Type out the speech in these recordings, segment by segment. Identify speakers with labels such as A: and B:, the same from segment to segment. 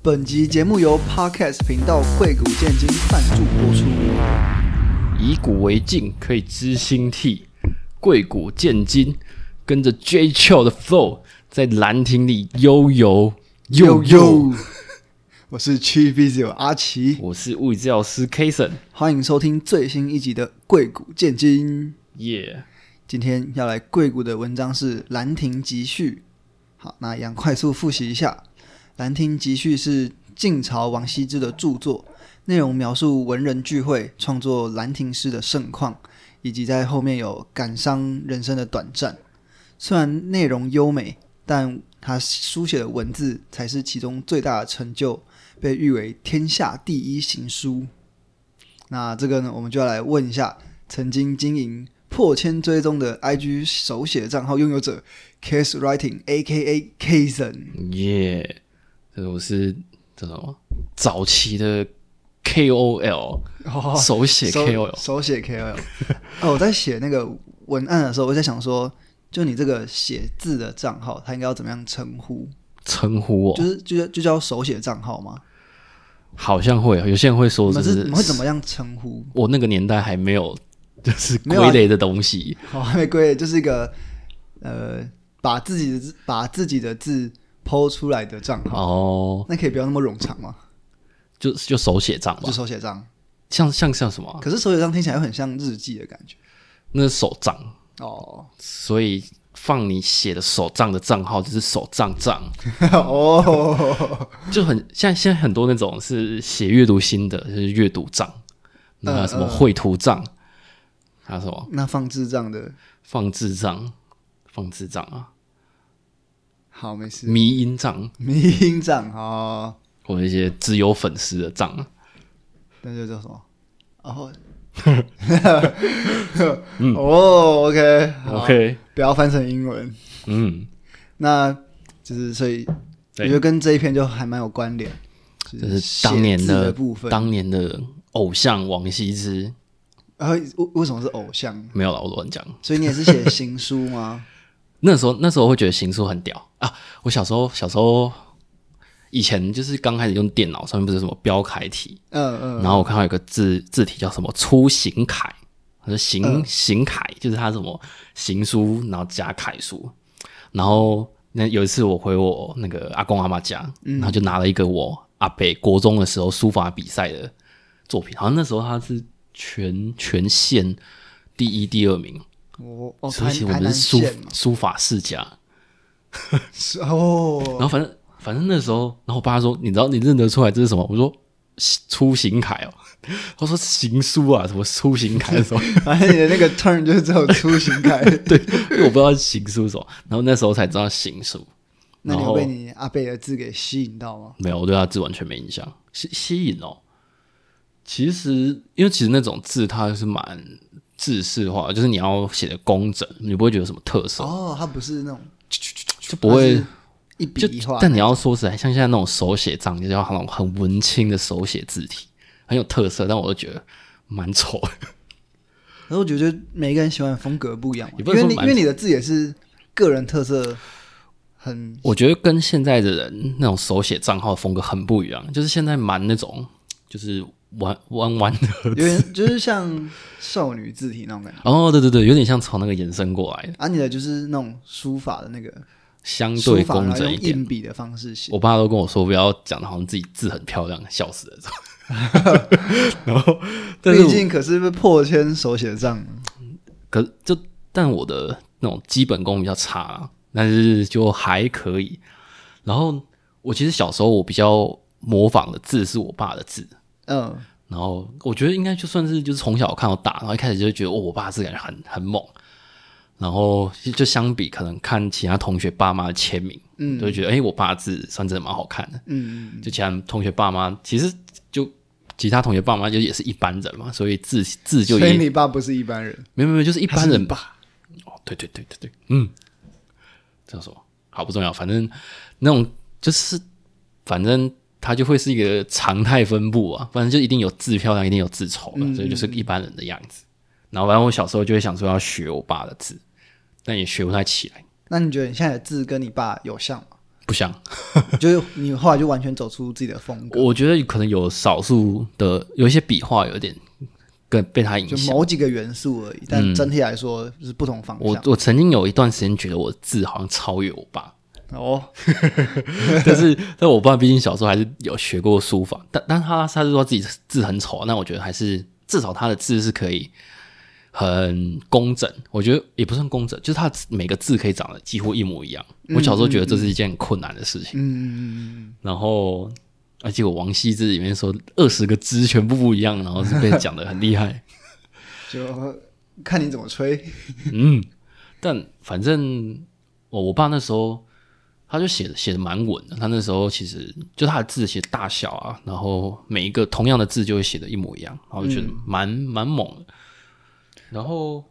A: 本集节目由 Podcast 频道“贵谷建金”赞助播出。
B: 以古为镜，可以知兴替，贵古见今，跟着 J Chill 的 flow，在兰亭里悠游
A: 悠悠，我是 Chi Vizio 阿奇，
B: 我是物理治疗师 Kason，
A: 欢迎收听最新一集的《贵谷建金》。
B: 耶、
A: 今天要来贵谷的文章是《兰亭集序》。好，那一样快速复习一下，《兰亭集序》是晋朝王羲之的著作，内容描述文人聚会、创作兰亭诗的盛况，以及在后面有感伤人生的短暂。虽然内容优美，但他书写的文字才是其中最大的成就，被誉为天下第一行书。那这个呢，我们就要来问一下曾经经营破千追踪的 IG 手写账号拥有者 Case Writing A.K.A. Kason。
B: 耶，这是我是这种早期的 KOL，、手写
A: 哦手
B: KOL，
A: 手写 KOL。哦，我在写那个文案的时候，我在想说，就你这个写字的账号，它应该要怎么样称呼？
B: 称呼哦，
A: 就是就叫就叫手写账号吗？
B: 好像会有些人会说
A: 你
B: 这
A: 们是你
B: 是
A: 们会怎么样称呼？
B: 我那个年代还没有就是
A: 没有啊
B: 归类的东西，
A: 好，哦玫瑰就是一个呃，把自己的字把自己的字剖出来的账号，
B: 哦，
A: 那可以不要那么冗长吗？
B: 就就手写账吧
A: 就，手写账，
B: 像像像什么啊、
A: 可是手写账听起来又很像日记的感觉
B: 那是手账。
A: 哦
B: 所以放你写的手账的账号就是手账账，
A: 哦，
B: 就很现在现在很多那种是写阅读心得，就是阅读账，
A: 嗯
B: 那还有什么绘图账，还有什么
A: 那放智障的
B: 放置账、放置账啊、
A: 好没事，
B: 迷音账，
A: 迷音账哦，
B: 或者一些自有粉丝的账，啊
A: 那就叫什么？ 哦。
B: 嗯
A: 哦，OK，好
B: OK，
A: 不要翻成英文。
B: 嗯，
A: 那就是所以，我
B: 对
A: 觉得跟这一篇就还蛮有关联，就
B: 这是当年
A: 写字的部分。
B: 当年的偶像王羲之，
A: 然后呃为为什么是偶像？
B: 没有啦，我乱讲。
A: 所以你也是写行书 吗？
B: 那时候那时候会觉得行书很屌啊！我小时候小时候以前就是刚开始用电脑，上面不是什么标楷体，
A: 嗯嗯，
B: 然后我看到有个字字体叫什么粗行楷，它是行、
A: 嗯
B: 行楷，就是它什么行书，然后加楷书。然后那有一次我回我那个阿公阿妈家，
A: 嗯
B: 然后就拿了一个我阿北国中的时候书法比赛的作品，好像那时候他是全全县第一、第二名，
A: 我哦，
B: 所以
A: 台
B: 其实我
A: 台
B: 们
A: 南
B: 是书
A: 县嘛，
B: 书法世家。
A: 是哦，
B: 然后反正反正那时候，然后我爸说：“你知道你认得出来这是什么？”我说：“出行楷哦。”他说：“行书啊，什么出行楷什么
A: 反正你的那个 turn 就是只有出行楷。？”
B: 对，因为我不知道行书是什么，然后那时候才知道行书。
A: 那你
B: 然
A: 有
B: 后
A: 被你阿贝的字给吸引到吗？
B: 没有，我对他字完全没印象。吸吸引哦，其实因为其实那种字它是蛮制式化的，就是你要写的工整，你不会觉得有什么特色，
A: 哦，它不是那种
B: 就不会
A: 它是一笔
B: 就
A: 一画，
B: 但你要说实在，像现在那种手写账，就是要那种很文青的手写字体，很有特色，但我都觉得蛮丑。
A: 可是我觉得就每个人喜欢的风格不一样嘛，因
B: 也不
A: 为
B: 能说
A: 你因
B: 蛮
A: 为你的字也是个人特色 很
B: 我觉得跟现在的人那种手写账号的风格很不一样，就是现在蛮那种就是弯弯弯的，
A: 有点就是像少女字体那种感觉。
B: 哦，对对对，有点像从那个延伸过来的，
A: 啊，你的就是那种书法的那个
B: 相
A: 书
B: 嗯对
A: 法，然
B: 工
A: 后
B: 整
A: 用
B: 一点。哦
A: 硬笔的方式写。
B: 我爸都跟我说不要讲的好像自己字很漂亮，笑死了。 然后，但是
A: 毕
B: 我
A: 竟可是被破千手写账，
B: 可是就但我的那种基本功比较差啊，但是就还可以。然后我其实小时候我比较模仿的字是我爸的字，哦
A: 嗯，
B: 然后我觉得应该就算是就是从小看到大，然后一开始就觉得哦，我爸字感觉很很猛。然后就就相比可能看其他同学爸妈的签名，嗯，就会觉得哎、诶我爸字算真的蛮好看的。
A: 嗯，
B: 就其他同学爸妈其实就其他同学爸妈就也是一般人嘛，所以字字就
A: 所以
B: 也
A: 你爸不是一般人，
B: 没有没有就是一
A: 他
B: 般
A: 是
B: 人
A: 你爸
B: 哦，对对对对对，嗯，叫什么？好不重要，反正那种就是，反正它就会是一个常态分布啊，反正就一定有字漂亮，一定有字丑
A: 嗯
B: 的，所以就是一般人的样子。然后，反正我小时候就会想说要学我爸的字，但也学不太起来。
A: 那你觉得你现在的字跟你爸有像吗？
B: 不像。
A: 就是你后来就完全走出自己的风格，
B: 我觉得可能有少数的有一些笔画有点跟被他影
A: 就
B: 响。
A: 某几个元素而已，但整体来说是不同方
B: 嗯我
A: 向。
B: 我曾经有一段时间觉得我字好像超越我爸，
A: 哦，
B: 但是但我爸毕竟小时候还是有学过书法，但但他他是说自己字很丑，啊那我觉得还是至少他的字是可以很工整，我觉得也不算工整，就是他每个字可以长得几乎一模一样。我小时候觉得这是一件很困难的事情，
A: 嗯，
B: 然后而且我王羲之里面说二十个之全部不一样，然后是被讲的很厉害，
A: 就看你怎么吹。
B: 嗯，但反正我我爸那时候他就写的写的蛮稳的，他那时候其实就他的字写大小啊，然后每一个同样的字就会写的一模一样，然后就觉得蛮蛮、猛的。然后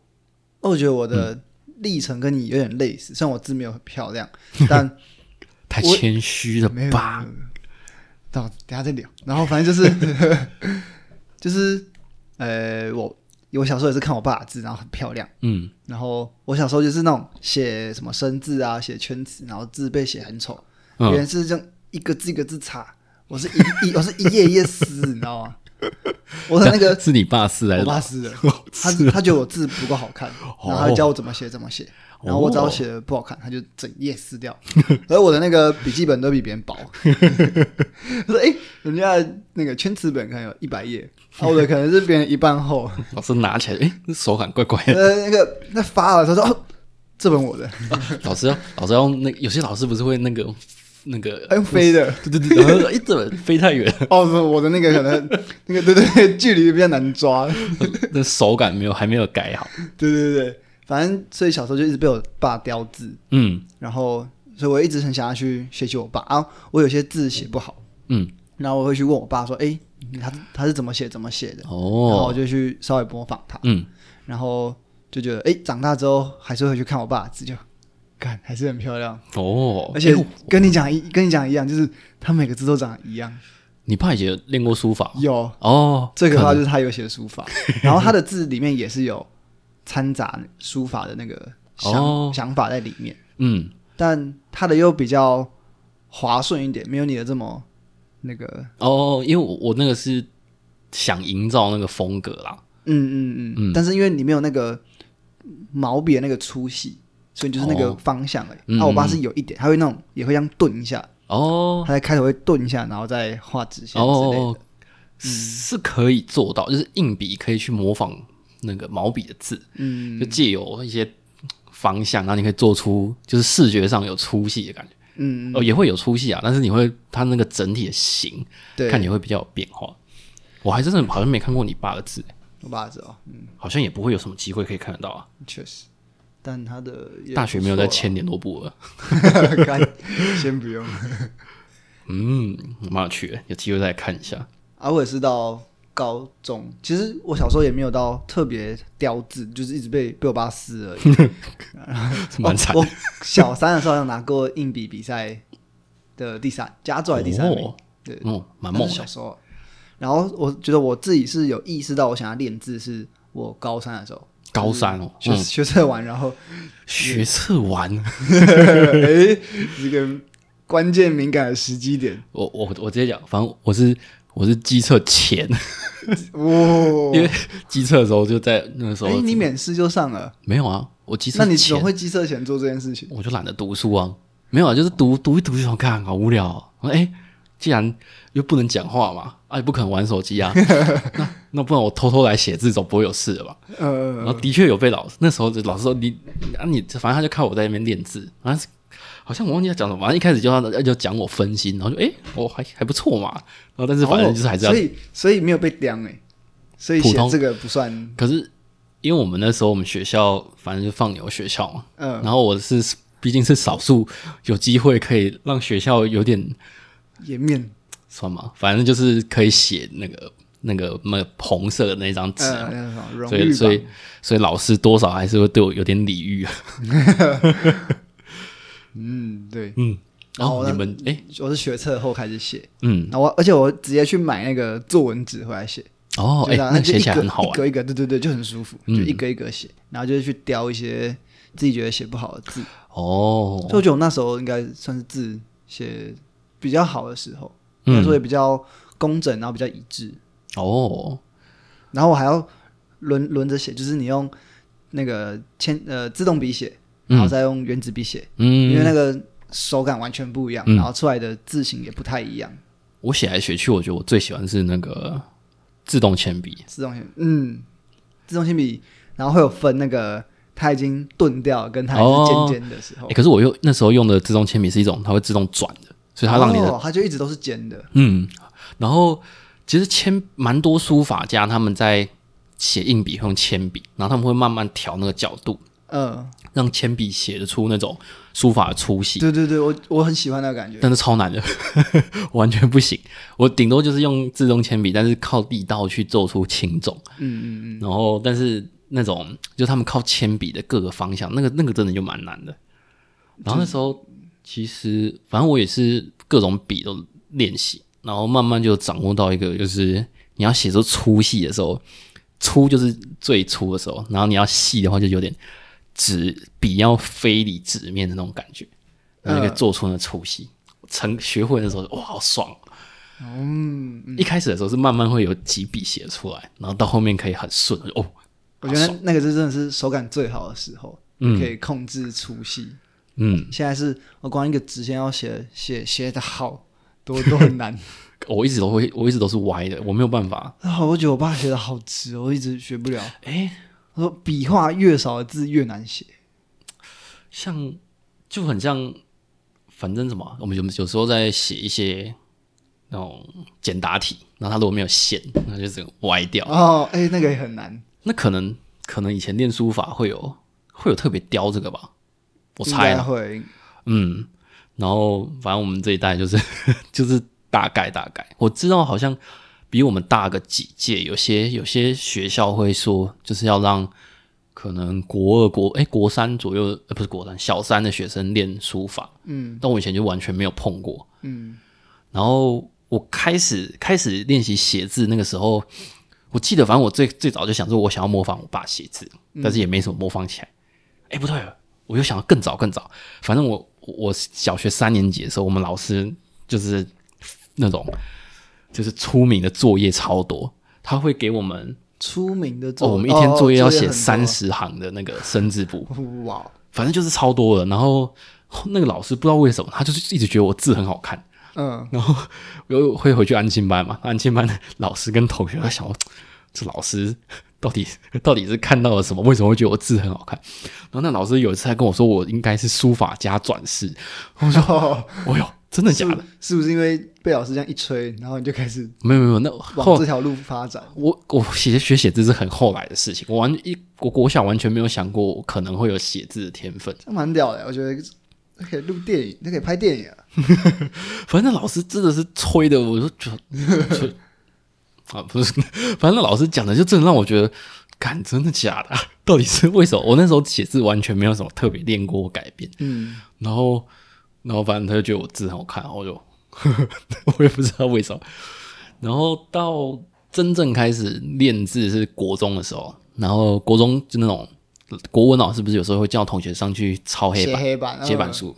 A: 那我觉得我
B: 嗯
A: 的历程跟你有点类似，虽然我字没有很漂亮， 但
B: 太谦虚了
A: 没有
B: 吧？
A: 到等一下再聊。然后反正就是 就是呃，我我小时候也是看我爸的字，然后很漂亮。
B: 嗯，
A: 然后我小时候就是那种写什么生字啊，写圈词，然后字被写很丑，
B: 嗯
A: 别人是这样一个字一个字查，我是一一我是一页一页撕，你知道吗？我的那个
B: 是你爸是来
A: 我爸
B: 的， 啊
A: 撕的，他他觉得我字不够好看，
B: 哦
A: 然后他就教我怎么写怎么写，然后我只要写的不好看，他就整页撕掉。而我的那个笔记本都比别人薄， 我说哎，人家那个圈词本可能有一百页，啊我的可能是别人一半厚。
B: 老师拿起来，诶，那手感怪怪 的。
A: 呃，那个那发了，他说哦，这本我的，
B: 老师要老师要用那有些老师不是会那个那个
A: 还，用飞的。
B: 对对对，然后一直飞太远，
A: 哦，不我的那个可能那个对对对，距离比较难抓，
B: 那手感没有还没有改好。
A: 对对对，反正所以小时候就一直被我爸雕字，
B: 嗯
A: 然后所以我一直很想要去学习我爸啊，我有些字写不好，
B: 嗯，
A: 然后我会去问我爸说，哎，他他是怎么写怎么写的，然后
B: 哦
A: 我，就去稍微模仿他，
B: 嗯，
A: 然后就觉得哎，长大之后还是会去看我爸的字就。看，还是很漂亮，
B: 哦，
A: 而且
B: 诶
A: 跟你讲一跟你讲一样，就是他每个字都长得一样。
B: 你爸以前有练过书法吗
A: 有
B: 哦，
A: 最可
B: 可
A: 怕
B: 能
A: 就是他有写书 法，然后他的字里面也是有掺杂书法的那个想、
B: 哦
A: 想法在里面，
B: 嗯，
A: 但他的又比较滑顺一点，没有你的这么那个，
B: 哦，因为我我那个是想营造那个风格啦，
A: 嗯嗯嗯，
B: 嗯
A: 但是因为你没有那个毛笔的那个粗细。所以就是那个
B: 哦
A: 方向而已。
B: 嗯
A: 啊，我爸是有一点，他会那种也会这样顿一下，
B: 哦
A: 他在开头会顿一下，然后再画直
B: 哦
A: 线之类的。嗯
B: 哦，是可以做到，就是硬笔可以去模仿那个毛笔的字，
A: 嗯
B: 就借由一些方向，然后你可以做出就是视觉上有粗细的感觉，
A: 嗯，
B: 哦，也会有粗细啊，但是你会它那个整体的形
A: 对，
B: 看你会比较有变化。我还真的好像没看过你爸的字，
A: 我爸知道，嗯，
B: 好像也不会有什么机会可以看得到啊。
A: 确实，但他的也
B: 大学
A: 不
B: 没有在
A: 错啊啦
B: 签联络簿了。
A: 干，先不用。
B: 嗯，蛮有趣的，有机会再看一 下。
A: 啊，我也是到高中，其实我小时候也没有到特别雕字，就是一直被被我爸撕而已。 哦
B: 蛮惨
A: 我我小三的时候好像拿过硬笔比赛的第三，甲组还是第三名，
B: 哦
A: 对，
B: 嗯，蛮
A: 那
B: 猛
A: 是小。
B: 的
A: 时候，然后我觉得我自己是有意识到我想要练字，是我高三的时候。
B: 高三哦，
A: 学、 学测完，然后
B: 学测完，
A: 哎，这个关键敏感的时机点，
B: 我我我直接讲，反正我是我是机测前，
A: 哦，
B: 因为机测的时候就在那个时候
A: 哎，你免试就上了，
B: 没有啊，我机测
A: 那你怎么
B: 前
A: 会机测前做这件事情？
B: 我就懒得读书啊，没有啊，就是读读一读就想看，好无聊、啊。我说哎、既然又不能讲话嘛，啊也不可能玩手机啊， 那那不然我偷偷来写字总不会有事了吧？
A: 呃
B: 然，后的确有被老师那时候老师说你啊你反正他就看我在那边练字，好像是好像我忘记他讲什么，反正一开始就他就讲我分心，然后就诶我、还还不错嘛，然后但是反正就是还是要，
A: 哦所以所以没有被刁哎、所以
B: 普
A: 写
B: 通
A: 这个不算
B: 可是因为我们那时候我们学校反正就放牛学校嘛，
A: 嗯
B: 然后我是毕竟是少数有机会可以让学校有点
A: 颜面，
B: 算嘛，反正就是可以写那个那个那个红色的那张纸，
A: 呃，
B: 啊
A: 那个什么荣
B: 所
A: 誉
B: 以
A: 吧，
B: 所以所以老师多少还是会对我有点礼遇啊。
A: 嗯对，
B: 嗯，然
A: 好
B: 后
A: 哦那
B: 你们哎、诶
A: 我是学测后开始写，
B: 嗯，
A: 然后我而且我直接去买那个作文纸回来写，
B: 哦，
A: 就
B: 哎、
A: 这样
B: 那
A: 它就
B: 写起来
A: 一格
B: 很好
A: 一
B: 玩。
A: 格一格，对对对，就很舒服，就
B: 嗯
A: 一格一格写，然后就是去雕一些自己觉得写不好的字，
B: 哦
A: 所以，我觉得我那时候应该算是字写比较好的时候，应该
B: 嗯
A: 说，也比较工整，然后比较一致。
B: 哦，
A: 然后我还要轮轮着写，就是你用那个铅呃自动笔写，然后
B: 嗯
A: 再用原子笔写，因为
B: 嗯，
A: 那个手感完全不一样，
B: 嗯
A: 然后出来的字形也不太一样。
B: 我写来写去，我觉得我最喜欢是那个自动铅笔，
A: 自动铅笔，嗯，自动铅笔，然后会有分那个它已经钝掉跟它还是尖尖的时候
B: 诶，哎可是我又那时候用的自动铅笔是一种它会自动转的，所以它让你的、
A: 哦、它就一直都是尖的，
B: 嗯，然后其实铅蛮多书法家他们在写硬笔会用铅笔，然后他们会慢慢调那个角度，
A: 嗯，
B: 让铅笔写得出那种书法的粗细，
A: 对对对，我我很喜欢那个感觉，
B: 但是超难的， 我完全不行。我顶多就是用自动铅笔，但是靠力道去做出轻重。
A: 嗯嗯嗯，
B: 然后，但是那种就他们靠铅笔的各个方向，那个那个真的就蛮难的。然后那时候其实，反正我也是各种笔都练习，然后慢慢就掌握到一个，就是你要写出粗细的时候，粗就是最粗的时候，然后你要细的话，就有点纸笔要飞离纸面的那种感觉，然后就可以做出那粗细。成学会的时候，哇，好爽！哦
A: 嗯，嗯
B: 一开始的时候是慢慢会有几笔写出来，然后到后面可以很顺，我就哦，
A: 我觉得那那个是真的是手感最好的时候，
B: 嗯
A: 可以控制粗细。
B: 嗯，
A: 现在是我光一个直线要写写写的好，都都很 难。
B: 我一直都会，我一直都是歪的，我没有办法。
A: 啊，我觉得我爸写的好直哦，我一直学不了。
B: 哎，
A: 他说笔画越少的字越难写。
B: 像就很像，反正什么，啊我们有有时候在写一些那种简答题，然后它如果没有线，那就整个歪掉。
A: 哦，哎、那个也很难，
B: 那可能可能以前练书法会有会有特别雕这个吧，我
A: 应
B: 猜啊
A: 该
B: 啦
A: 会。
B: 嗯，然后反正我们这一代就是 就是大概大概，我知道好像比我们大个几届，有些有些学校会说就是要让可能国二国哎国三左右呃不是国三小三的学生练书法，
A: 嗯
B: 但我以前就完全没有碰过，
A: 嗯，
B: 然后我开始开始练习写字，那个时候我记得，反正我最最早就想说，我想要模仿我爸写字，但是也没什么模仿起来。哎、不对了，我又想要更早更早。反正我我我小学三年级的时候，我们老师就是那种就是出名的作业超多，他会给我们
A: 出名的作
B: 哦，
A: 业、
B: 我们一天作业要写
A: 很多
B: 三。十行的那个生字簿，
A: 哇，
B: 反正就是超多的。然后那个老师不知道为什么，他就是一直觉得我字很好看。
A: 嗯，
B: 然后又会回去安亲班嘛，安亲班的老师跟同学在想，这老师到底 到底是看到了什么？为什么会觉得我字很好看？然后那老师有一次还跟我说，我应该是书法家转世。
A: 我说
B: 哦哟，真的假的？
A: 是不是因为被老师这样一吹，然后你就开始
B: 没有没有，那
A: 往
B: 后
A: 这条路发展？
B: 我我写学写字是很后来的事情，我完一我国小完全没有想过我可能会有写字的天分。
A: 这蛮屌的，我觉得这可以录电影，这可以拍电影啊。
B: 反正那老师真的是吹的，我就觉得 吹啊，不是，反正那老师讲的就真的让我觉得，干真的假的啊、 到底是为什么？我那时候写字完全没有什么特别练过或改变，
A: 嗯，
B: 然后，然后反正他就觉得我字很好看，然后我就 我也不知道为什么。然后到真正开始练字是国中的时候，然后国中就那种国文老师不是有时候会叫同学上去抄黑
A: 写
B: 板，
A: 黑板，嗯
B: 接板书。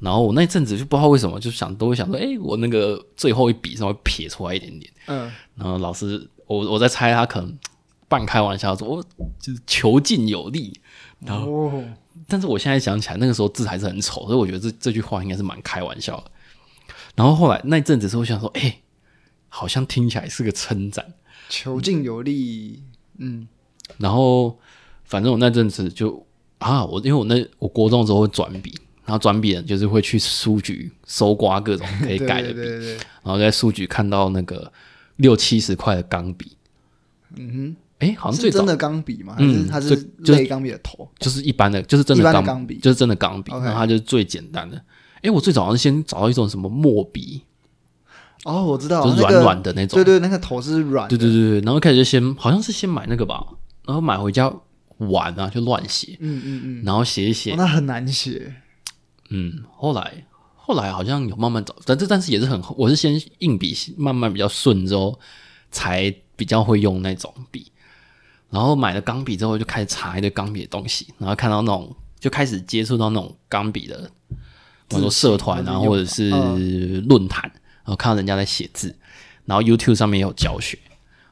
B: 然后我那一阵子就不知道为什么，就想都会想说，哎、我那个最后一笔稍微撇出来一点点。
A: 嗯。嗯，
B: 然后老师，我我在猜他可能半开玩笑说，我就是遒劲有力。
A: 哦，
B: 但是我现在想起来，那个时候字还是很丑，所以我觉得这这句话应该是蛮开玩笑的。然后后来那一阵子是我想说，哎、好像听起来是个称赞。
A: 遒劲有力，嗯，
B: 然后反正我那阵子就啊，我因为我那我国中的时候会转笔，然后转笔人就是会去书局搜刮各种可 以
A: 对
B: 改的
A: 对
B: 笔，
A: 对对，对
B: 然后在书局看到那个六七十块的钢笔，
A: 嗯
B: 哎，好
A: 哼，
B: 像最
A: 是
B: 早
A: 真的钢笔吗？还
B: 嗯
A: 是它
B: 就是就是
A: 类钢笔的头？
B: 就是一般的，就是真的
A: 一
B: 钢
A: 般的钢笔
B: 就是真的钢笔，
A: OK
B: 然后它就是最简单的。哎，我最早是先找到一种什么墨笔，
A: 哦，我知道，
B: 就是
A: 那
B: 软
A: 个
B: 软的那种
A: 对，对，那个头是软的，
B: 对对对对，然后开始就先好像是先买那个吧，然后买回家玩啊，就乱写，
A: 嗯嗯
B: 然后写一写
A: 嗯，哦，，那很难写，
B: 嗯，后来后来好像有慢慢找，但这但是也是很，我是先硬笔慢慢比较顺之后，才比较会用那种笔。然后买了钢笔之后，就开始查一堆钢笔的东西，然后看到那种就开始接触到那种钢笔的我说社团啊，
A: 自己
B: 或者嗯是论坛，然后看到人家在写字，然后 YouTube 上面也有教学，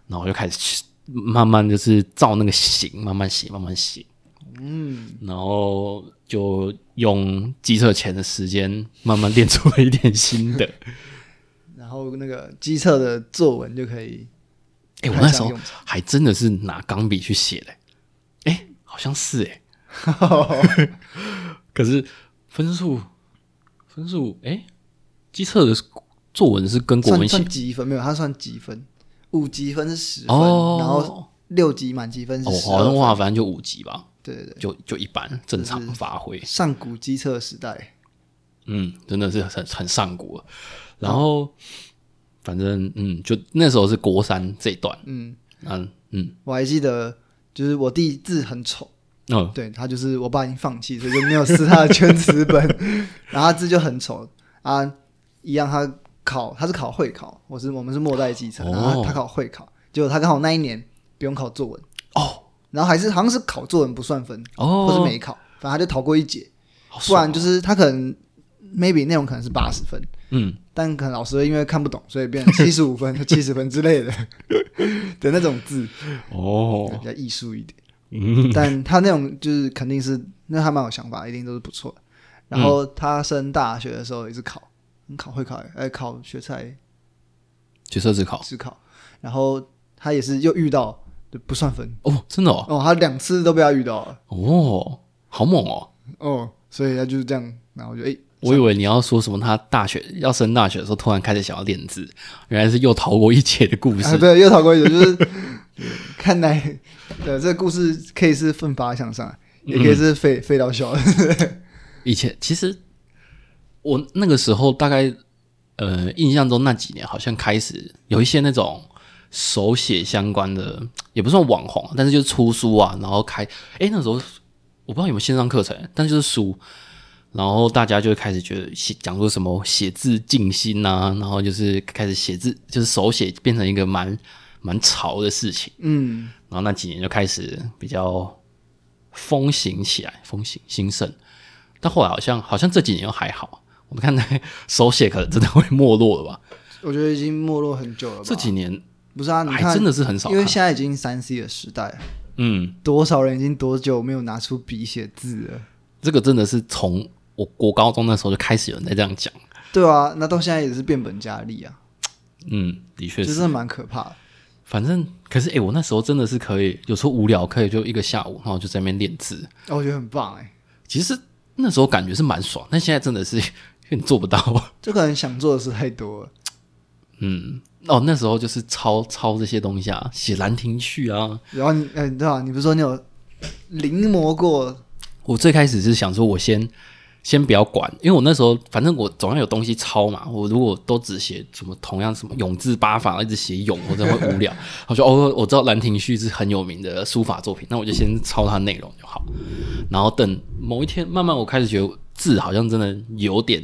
B: 然后我就开始去慢慢就是照那个形慢慢写，慢慢写，嗯，然后就用机测前的时间慢慢练出了一点心 得。
A: 然后那个机测的作文就可以
B: 哎、我
A: 派
B: 那时
A: 上
B: 候
A: 用
B: 还真的是拿钢笔去写的、哎、好像是 哎、可是分数分数哎，机、测的作文是跟国
A: 算
B: 文写
A: 算积分没有？它算积分，五积分是十分，
B: 哦
A: 然后六级满积分
B: 哦
A: 是，十
B: 好
A: 二
B: 像
A: 分。
B: 哇，反正就五级吧，
A: 对对对，
B: 就就一般正常发挥。
A: 上古机测时代，
B: 嗯，真的是很很上古了。然后、反正嗯，就那时候是国三这一段，
A: 嗯，
B: 嗯嗯
A: 我还记得，就是我弟字很丑，
B: 嗯，
A: 对他就是我爸已经放弃，所以就没有撕他的圈词本， 然后他字就很丑啊，一样他考他是考会考，我是我们是末代机测，然后
B: 哦
A: 他他考会考，结果他刚好那一年不用考作文，
B: 哦
A: 然后还是好像是考作文不算分，
B: 哦，
A: 或是没考，反正他就逃过一劫。
B: 好
A: 不
B: 爽哦
A: 然就是他可能 maybe 内容可能是八十分，
B: 嗯，
A: 但可能老师会因为看不懂，所以 变成七十五分、七十分之类的的那种字，
B: 哦，
A: 比较艺术一点。
B: 嗯
A: 但他那种就是肯定是，那他蛮有想法，一定都是不错的。然后
B: 嗯
A: 他升大学的时候也是考，考会考，哎，考学菜
B: 角色自考
A: 自考，然后他也是又遇到就不算分
B: 哦，真的哦，
A: 哦，他两次都被他遇到了
B: 哦，好猛哦！
A: 哦，所以他就是这样，然后就哎，
B: 我以为你要说什么，他大学要升大学的时候，突然开始想要练字，原来是又逃过一劫的故
A: 啊，
B: 事。
A: 对，又逃过一劫，就是 看来，对这个故事可以是奋发向上，
B: 嗯
A: 也可以是废废到笑。
B: 以前其实我那个时候大概呃，印象中那几年好像开始有一些那种手写相关的，也不算网红，但是就是出书啊，然后开诶，那时候我不知道有没有线上课程，但就是书。然后大家就会开始觉得写讲说什么写字静心呐、然后就是开始写字，就是手写变成一个蛮蛮潮的事情。
A: 嗯，
B: 然后那几年就开始比较风行起来，风行兴盛。但后来好像好像这几年又还好，我们看那 手写可能真的会没落了吧？
A: 我觉得已经没落很久了吧。
B: 这几年
A: 不是啊，你
B: 还
A: 看
B: 真，的是很少
A: 因为
B: 看。
A: 现在已经三 C 的时代，
B: 嗯，
A: 多少人已经多久没有拿出笔写字了？
B: 这个真的是从我国高中那时候就开始有人在这样讲。
A: 对啊，那到现在也是变本加厉啊，
B: 嗯，的确。
A: 就是真的蛮可怕的。
B: 反正可是诶、我那时候真的是可以，有时候无聊可以就一个下午，然后就在那边练字。
A: 哦我觉得很棒哎、
B: 其实那时候感觉是蛮爽，但现在真的是 有点做不到。
A: 这可能想做的事太多了。
B: 嗯，哦，那时候就是抄抄这些东西啊，写《兰亭序》啊。
A: 然后你，哎、对啊，你不是说你有临摹过？
B: 我最开始是想说，我先先不要管，因为我那时候反正我总要有东西抄嘛。我如果都只写什么同样什么永字八法，一直写永，我真的会无聊。 我说哦，我知道《兰亭序》是很有名的书法作品，那我就先抄它内容就好。然后等某一天，慢慢我开始觉得字好像真的有点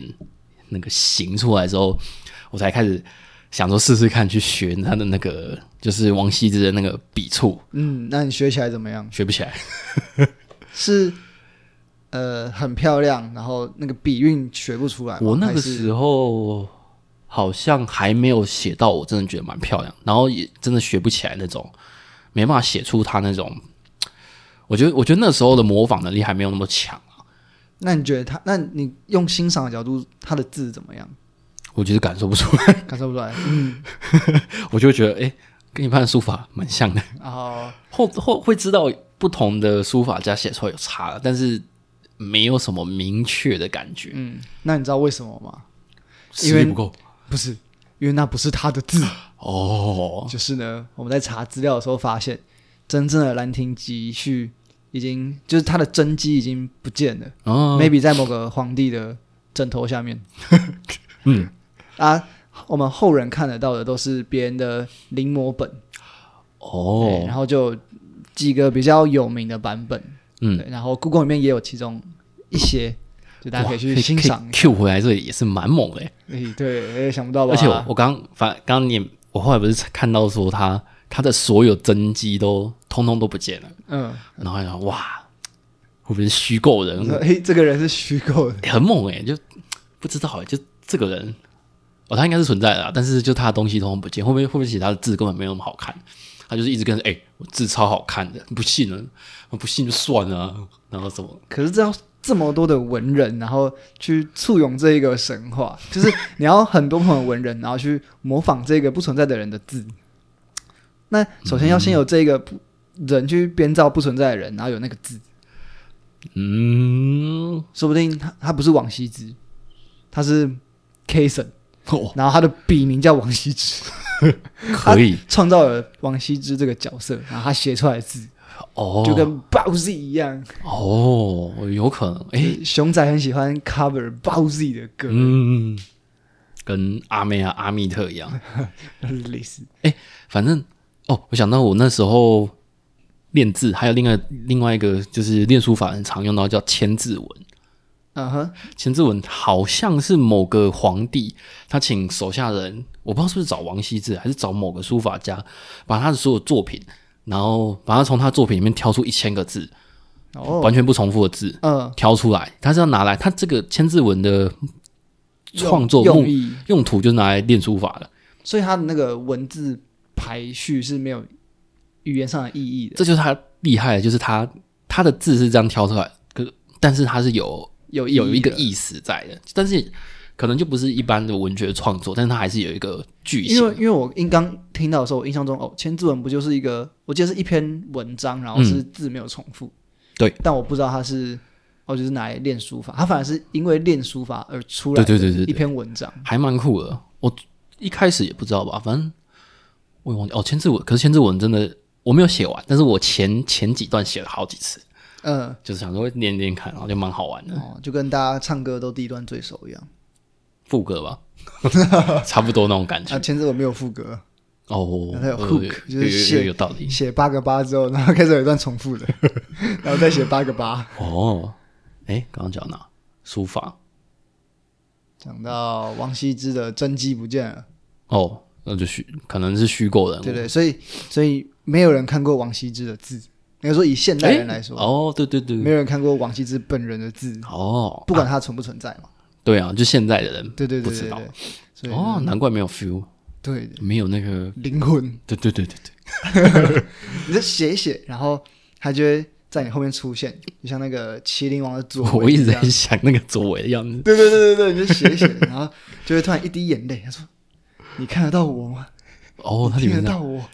B: 那个形出来之后，我才开始想说试试看去学他的那个，就是王羲之的那个笔触，
A: 嗯，那你学起来怎么样？
B: 学不起来。
A: 是呃很漂亮，然后那个笔韵学不出来吗。
B: 我那
A: 还
B: 个
A: 是
B: 时候好像还没有写到，我真的觉得蛮漂亮，然后也真的学不起来那种，没办法写出他那种。我觉得，我觉得那时候的模仿能力还没有那么强啊，
A: 那你觉得他，那你用欣赏的角度，他的字怎么样？
B: 我觉得感受不出来，
A: 感受不出来。 嗯，
B: 我就觉得哎、诶跟一般的书法蛮像的。
A: 然后
B: 后后会知道不同的书法家写出来有差了，但是没有什么明确的感觉，
A: 嗯，那你知道为什么吗？
B: 实力不够
A: 不是，因为那不是他的字。
B: 哦。
A: 就是呢，我们在查资料的时候发现，真正的《兰亭集序》已经就是他的真迹已经不见了、
B: 嗯
A: m a y b e 在某个皇帝的枕头下面。
B: 嗯
A: 啊，我们后人看得到的都是别人的临摹本。对，
B: 哦
A: 然后就几个比较有名的版本，
B: 嗯，
A: 对，然后故宫里面也有其中一些，就大家可以去
B: 哇
A: 欣赏一下。
B: Q 回来这里也是蛮猛的、欸。
A: 诶、对，哎，想不到吧？
B: 而且我我刚反刚刚你我后来不是看到说他他的所有真迹都通通都不见了，
A: 嗯，
B: 然后还想哇，会不会是虚构人
A: 我
B: 物
A: 说？哎，这个人是虚构的，
B: 欸很猛哎、就不知道哎、就这个人，哦，他应该是存在的啦，但是就他的东西通通不见，会不会会不会写他的字根本没有那么好看？他就是一直跟人哎、我字超好看的，不信了，不信就算了啊，然后怎么？
A: 可是这要这么多的文人，然后去簇拥这一个神话，就是你要很多朋友文人，然后去模仿这个不存在的人的字。那首先要先有这个不人去编造不存在的人，然后有那个字，
B: 嗯，
A: 说不定他他不是王羲之，他是 Kason，
B: 哦，
A: 然后他的笔名叫王羲之，
B: 可以
A: 创造了王羲之这个角色，然后他写出来的字
B: 哦，
A: 啊就跟 Bowsy 一样，
B: 哦，有可能哎、
A: 熊仔很喜欢 cover Bowsy 的歌，
B: 嗯，跟阿妹啊阿密特一样，嗯
A: 类似。
B: 反正哦，我想到我那时候练字，还有另外另外一个就是练书法很常用到叫千字文。
A: 嗯哼，
B: 千字文好像是某个皇帝，他请手下人，我不知道是不是找王羲之，还是找某个书法家，把他的所有作品，然后把他从他作品里面挑出一千个字，
A: 哦，
B: 完全不重复的字，
A: 嗯，
B: 挑出来，他是要拿来他这个千字文的创作
A: 用
B: 目
A: 用意，
B: 用途，就是拿来练书法的。
A: 所以他的那个文字排序是没有语言上的意义的，
B: 这就是他厉害的，就是他他的字是这样挑出来，可但是他是有
A: 有
B: 有一个
A: 的，
B: 意思在的，但是可能就不是一般的文学创作，但是他还是有一个句
A: 因为
B: 型。
A: 因为我刚刚听到的时候，我印象中哦，千字文不就是一个，我记得是一篇文章，然后是字没有重复，
B: 嗯对，
A: 但我不知道它是。哦，就是拿来练书法，它反而是因为练书法而出来
B: 对
A: 的
B: 对对对对
A: 一篇文章。
B: 还蛮酷的。我一开始也不知道吧，反正我也忘记哦。千字文，可是千字文真的我没有写完，但是我前前几段写了好几次，
A: 嗯，
B: 就是想说练练看，然后就蛮好玩的。
A: 哦，就跟大家唱歌都第一段最熟一样。
B: 副歌吧， 差不多那种感觉
A: 啊，。千字文没有副歌，
B: 哦，
A: 它有
B: 呃
A: hook，
B: 有
A: 就是
B: 有有
A: 线
B: 有有道理。
A: 写八个八之后，然后开始有一段重复的， 然后再写八个八。
B: 哦，哎，刚刚讲到哪？书法
A: 讲到王羲之的真迹不见了，
B: 哦，那就虚，可能是虚构人物。
A: 对对，所以所以没有人看过王羲之的字。应该说以现代
B: 诶
A: 人来说，
B: 哦，对对
A: 没
B: 对，
A: 有人看过王羲之本人的字，
B: 哦，
A: 不管它存不存在嘛。
B: 对啊，就现在的人
A: 对对对
B: 不
A: 对
B: 知
A: 对
B: 道
A: 对，所以、
B: 哦，难怪没有 feel，
A: 对
B: 没有那个，
A: 灵魂，
B: 对对对对对，
A: 你就写一写，然后它就会在你后面出现，就像那个麒麟王的左
B: 我
A: 尾
B: 一直
A: 样
B: 在想那个左为的样子，
A: 对对对对对，你就写一写，然后就会突然一滴眼泪。他说：“你看得到我吗？
B: 哦，它
A: 你
B: 里
A: 听得
B: 面的，
A: 到我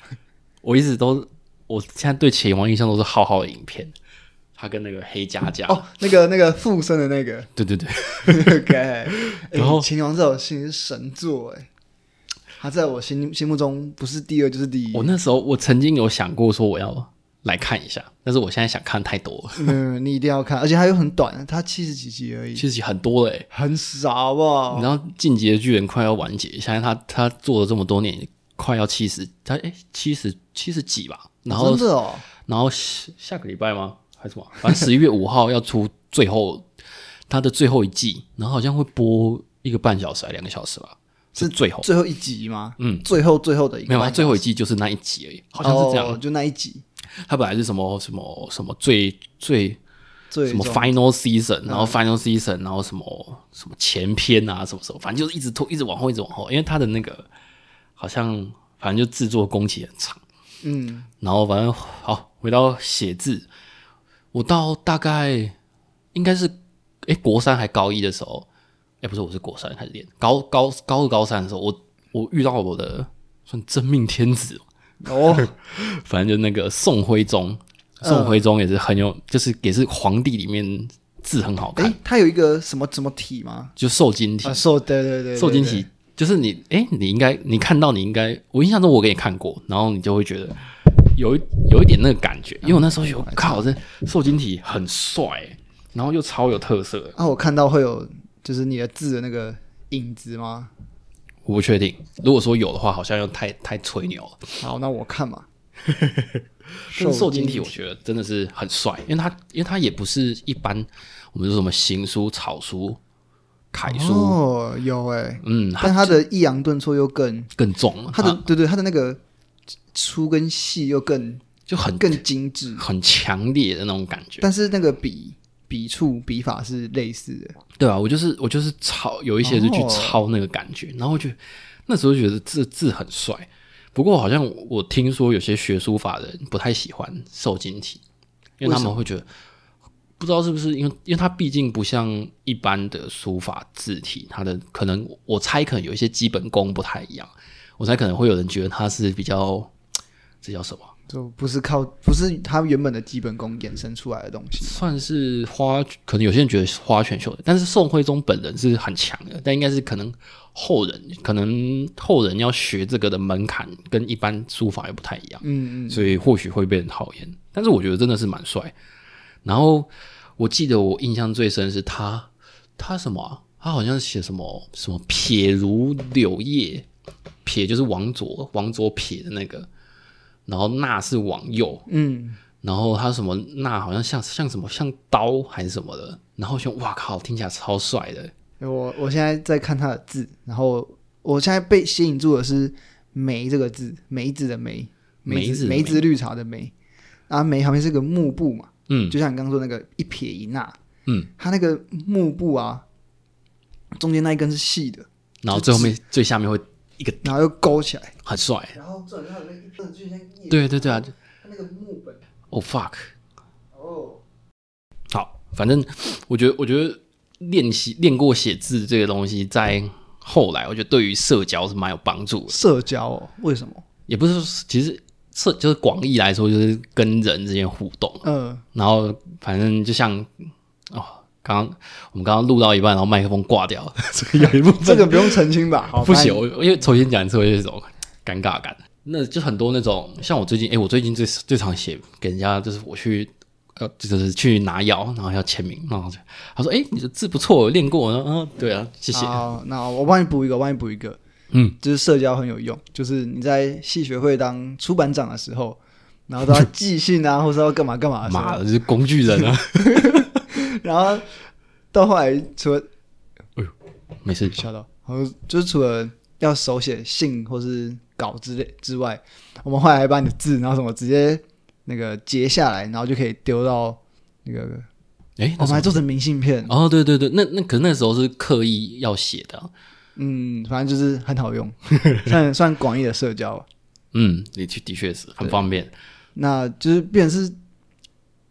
B: 我一直都，我现在对秦王印象都是浩浩的影片，他跟那个黑加加，
A: 哦，那个那个附身的那个
B: 对对对，
A: OK，哎
B: 然后
A: 秦王在我心里是神作哎，他在我心心目中不是第二就是第一
B: 我。那时候我曾经有想过说我要来看一下，但是我现在想看太多了，
A: 嗯，你一定要看，而且它又很短，它七十几集而已，
B: 其实很多了欸
A: 很少啊好不好？
B: 然后《进击的巨人》快要完结，现在他他做了这么多年，快要七十，他哎七十七十几吧，然后
A: 真的哦，
B: 然后下下个礼拜吗？还是什么？反正十一月五号要出最后他的最后一季，然后好像会播一个半小时还两个小时吧，是最后
A: 最后一集吗？
B: 嗯，
A: 最后最后的一个
B: 没有啊，
A: 半
B: 最后一季就是那一集而已，好像是这样。
A: 哦就那一集
B: 他本来是什么什么什么最最
A: 最
B: 什么
A: 终
B: final season，然后 final season，然后什么什么前篇啊，什么什么，反正就是一直拖，一直往后，一直往后，因为他的那个好像反正就制作工期很长。
A: 嗯，
B: 然后反正好，回到写字，我到大概应该是诶国三还高一的时候，诶不是我是国三开始练，高高高二高三的时候，我我遇到我的算真命天子，
A: 哦，
B: 反正就那个宋徽宗，宋徽宗也是很有，就是也是皇帝里面字很好看，
A: 哎，它有一个什么什么体吗？
B: 就瘦金体
A: 啊，，受对对对对，
B: 瘦金
A: 对
B: 体。就是你，诶，你应该，你看到你应该，我印象中我给你看过，然后你就会觉得有一有一点那个感
A: 嗯
B: 觉，因为我那时候有靠，这瘦金体很帅、然后又超有特色，
A: 啊，我看到会有就是你的字的那个影子吗？
B: 我不确定，如果说有的话，好像又太太吹牛了。
A: 好，那我看 嘛。
B: 但是瘦金体我觉得真的是很帅，因为他因为他也不是一般我们说什么行书、草书、楷书，
A: 哦，有哎、
B: 嗯，他
A: 但它的抑扬顿挫又更，
B: 更重了，
A: 它的、对对，它的那个粗跟细又更
B: 就很
A: 更精致，
B: 很强烈的那种感觉。
A: 但是那个笔笔触笔法是类似的。
B: 对啊，我就是我就是抄，有一些是去抄那个感觉，然后我觉得那时候觉得这字很帅。不过好像我听说有些学书法的人不太喜欢瘦金体，因为他们会觉得不知道是不是因为因为它毕竟不像一般的书法字体，它的可能我猜可能有一些基本功不太一样，我猜可能会有人觉得它是比较这叫什么？
A: 就不是靠不是他原本的基本功衍生出来的东西。
B: 算是花，可能有些人觉得是花拳绣腿，但是宋徽宗本人是很强的，但应该是可能后人，可能后人要学这个的门槛跟一般书法又不太一样，
A: 嗯嗯，
B: 所以或许会被人讨厌。但是我觉得真的是蛮帅。然后我记得我印象最深是他，他什么啊、他好像写什么什么撇如柳叶，撇就是往左往左撇的那个，然后捺是往右，
A: 嗯，
B: 然后他什么那好像像像什么像刀还是什么的，然后就哇靠，听起来超帅的。
A: 我我现在在看他的字，然后我现在被吸引住的是“梅”这个字，梅子的梅，梅
B: 梅子的梅
A: 梅子绿茶的梅，然后梅旁边是个幕布嘛，
B: 嗯，
A: 就像你刚刚说那个一撇一捺，
B: 嗯，
A: 它那个幕布啊，中间那一根是细的，
B: 然后最后面最下面会
A: 然后又勾起来，
B: 很帅。
A: 然后转它的那一根就像叶，
B: 对对对啊
A: 它那个木本
B: ，Oh fuck！
A: 哦，
B: 好，反正我觉得我觉得练习练过写字这个东西，在后来我觉得对于社交是蛮有帮助的。
A: 社交哦，为什么？
B: 也不是说其实社就是广义来说，就是跟人之间互动。
A: 嗯，
B: 然后反正就像哦，刚刚我们刚刚录到一半，然后麦克风挂掉了， 所以有一部分
A: 这个不用澄清吧？好
B: 不行，，我因为重新讲一次，我有一种尴尬感。那就很多那种，像我最近，哎、我最近最最常写给人家，就是我去，呃，就是去拿药，然后要签名，然后就他说，哎、你的字不错，我练过，我说嗯，对啊，谢谢。
A: 好，那我帮你补一个，我帮你补一个。
B: 嗯，
A: 就是社交很有用，就是你在系学会当出版长的时候，然后都要寄信啊，或者要干嘛干嘛的时
B: 妈
A: 候，
B: 的，就是工具人啊！
A: 然后到后来除了
B: 没事，
A: 笑到，然后就是除了要手写信或是稿之类之外，我们后来还把你的字，然后什么直接那个截下来，然后就可以丢到那个，
B: 哎、
A: 我们
B: 那时候
A: 还做成明信片，
B: 哦，对对对，那那可那时候是刻意要写的啊、
A: 嗯，反正就是很好用， 算算广义的社交吧。
B: 嗯，的确的确是很方便。
A: 那就是变成是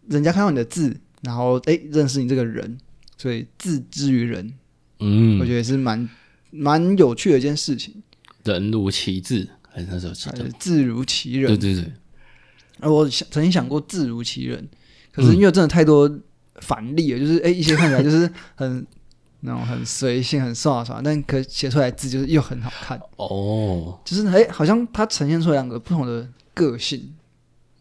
A: 人家看到你的字，然后哎、诶认识你这个人，所以字之于人，
B: 嗯
A: 我，觉得是蛮蛮有趣的一件事情，
B: 人如其字，还是那时候记得
A: 呃，字如其
B: 对
A: 人。
B: 对对，
A: 而我想曾经想过字如其人，可
B: 嗯
A: 是因为真的太多反例了，就是哎、诶一些看起来就是很那种很随性、很耍耍，但可写出来字就是又很好看，
B: 哦
A: 就是哎、诶好像它呈现出两个不同的个性。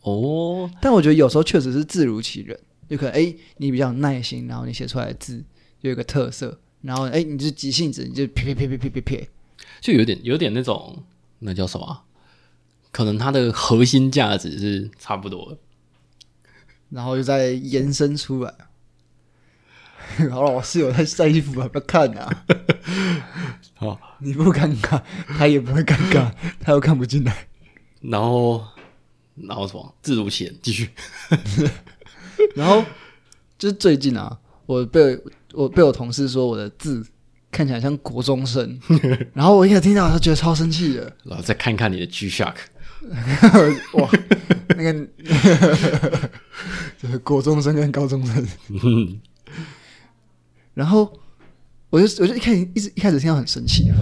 B: 哦，
A: 但我觉得有时候确实是字如其人，有可能哎、诶你比较有耐心，然后你写出来的字有一个特色，然后哎、诶你就急性子，你就撇撇撇撇撇撇撇，
B: 就有点有点那种那叫什么啊？可能它的核心价值是差不多的。
A: 然后就再延伸出来。好了，我室友在晒衣服啊，不要看啊！
B: 好，
A: 你不尴尬，他也不会尴尬， 他又看不进来。
B: 然后然后什么自如其人，继续。
A: 然后就是最近啊，我被我被我同事说我的字看起来像国中生，然后我一开始听到，他觉得超生气的。
B: 然后再看看你的 G Shock，
A: 哇，那个 就是国中生跟高中生，然后我就我就一开始一直一开始听到很生气啊，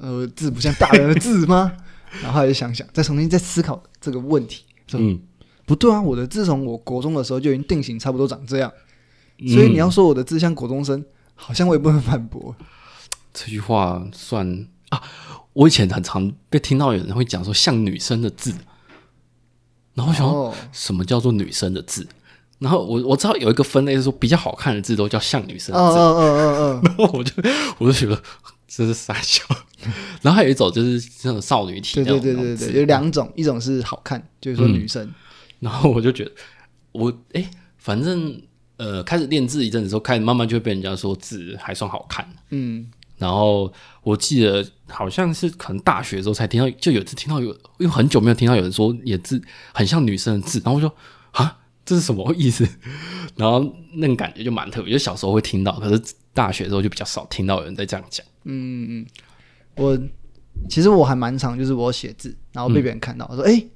A: 呃，字不像大人的字吗？ 然后后来就想想，再重新再思考这个问题，说
B: 嗯，
A: 不对啊，我的字从我国中的时候就已经定型，差不多长这样，
B: 嗯
A: 所以你要说我的字像国中生，好像我也不能反驳。
B: 这句话算啊，我以前很常被听到有人会讲说像女生的字，然后我想说
A: 哦，
B: 什么叫做女生的字，然后我我知道有一个分类是说比较好看的字都叫像女生
A: 嗯
B: 的字，
A: 嗯嗯嗯嗯，
B: 然后我就我就觉得这是傻笑。然后还有一种就是那种少女体
A: 对
B: 那种，
A: 对对
B: 那
A: 对
B: 种字嗯
A: 对，有两种，一种是好看，就是说女生，
B: 然后我就觉得我哎、反正呃开始练字一阵子之后，开始慢慢就会被人家说字还算好看。
A: 嗯，
B: 然后我记得好像是可能大学的时候才听到，就有一次听到有，因为很久没有听到有人说你的字很像女生的字，然后我就啊，这是什么意思？ 然后那种感觉就蛮特别，就小时候会听到，可是大学的时候就比较少听到有人在这样讲。
A: 我其实我还蛮常，就是我写字，然后被别人看到，我说哎、诶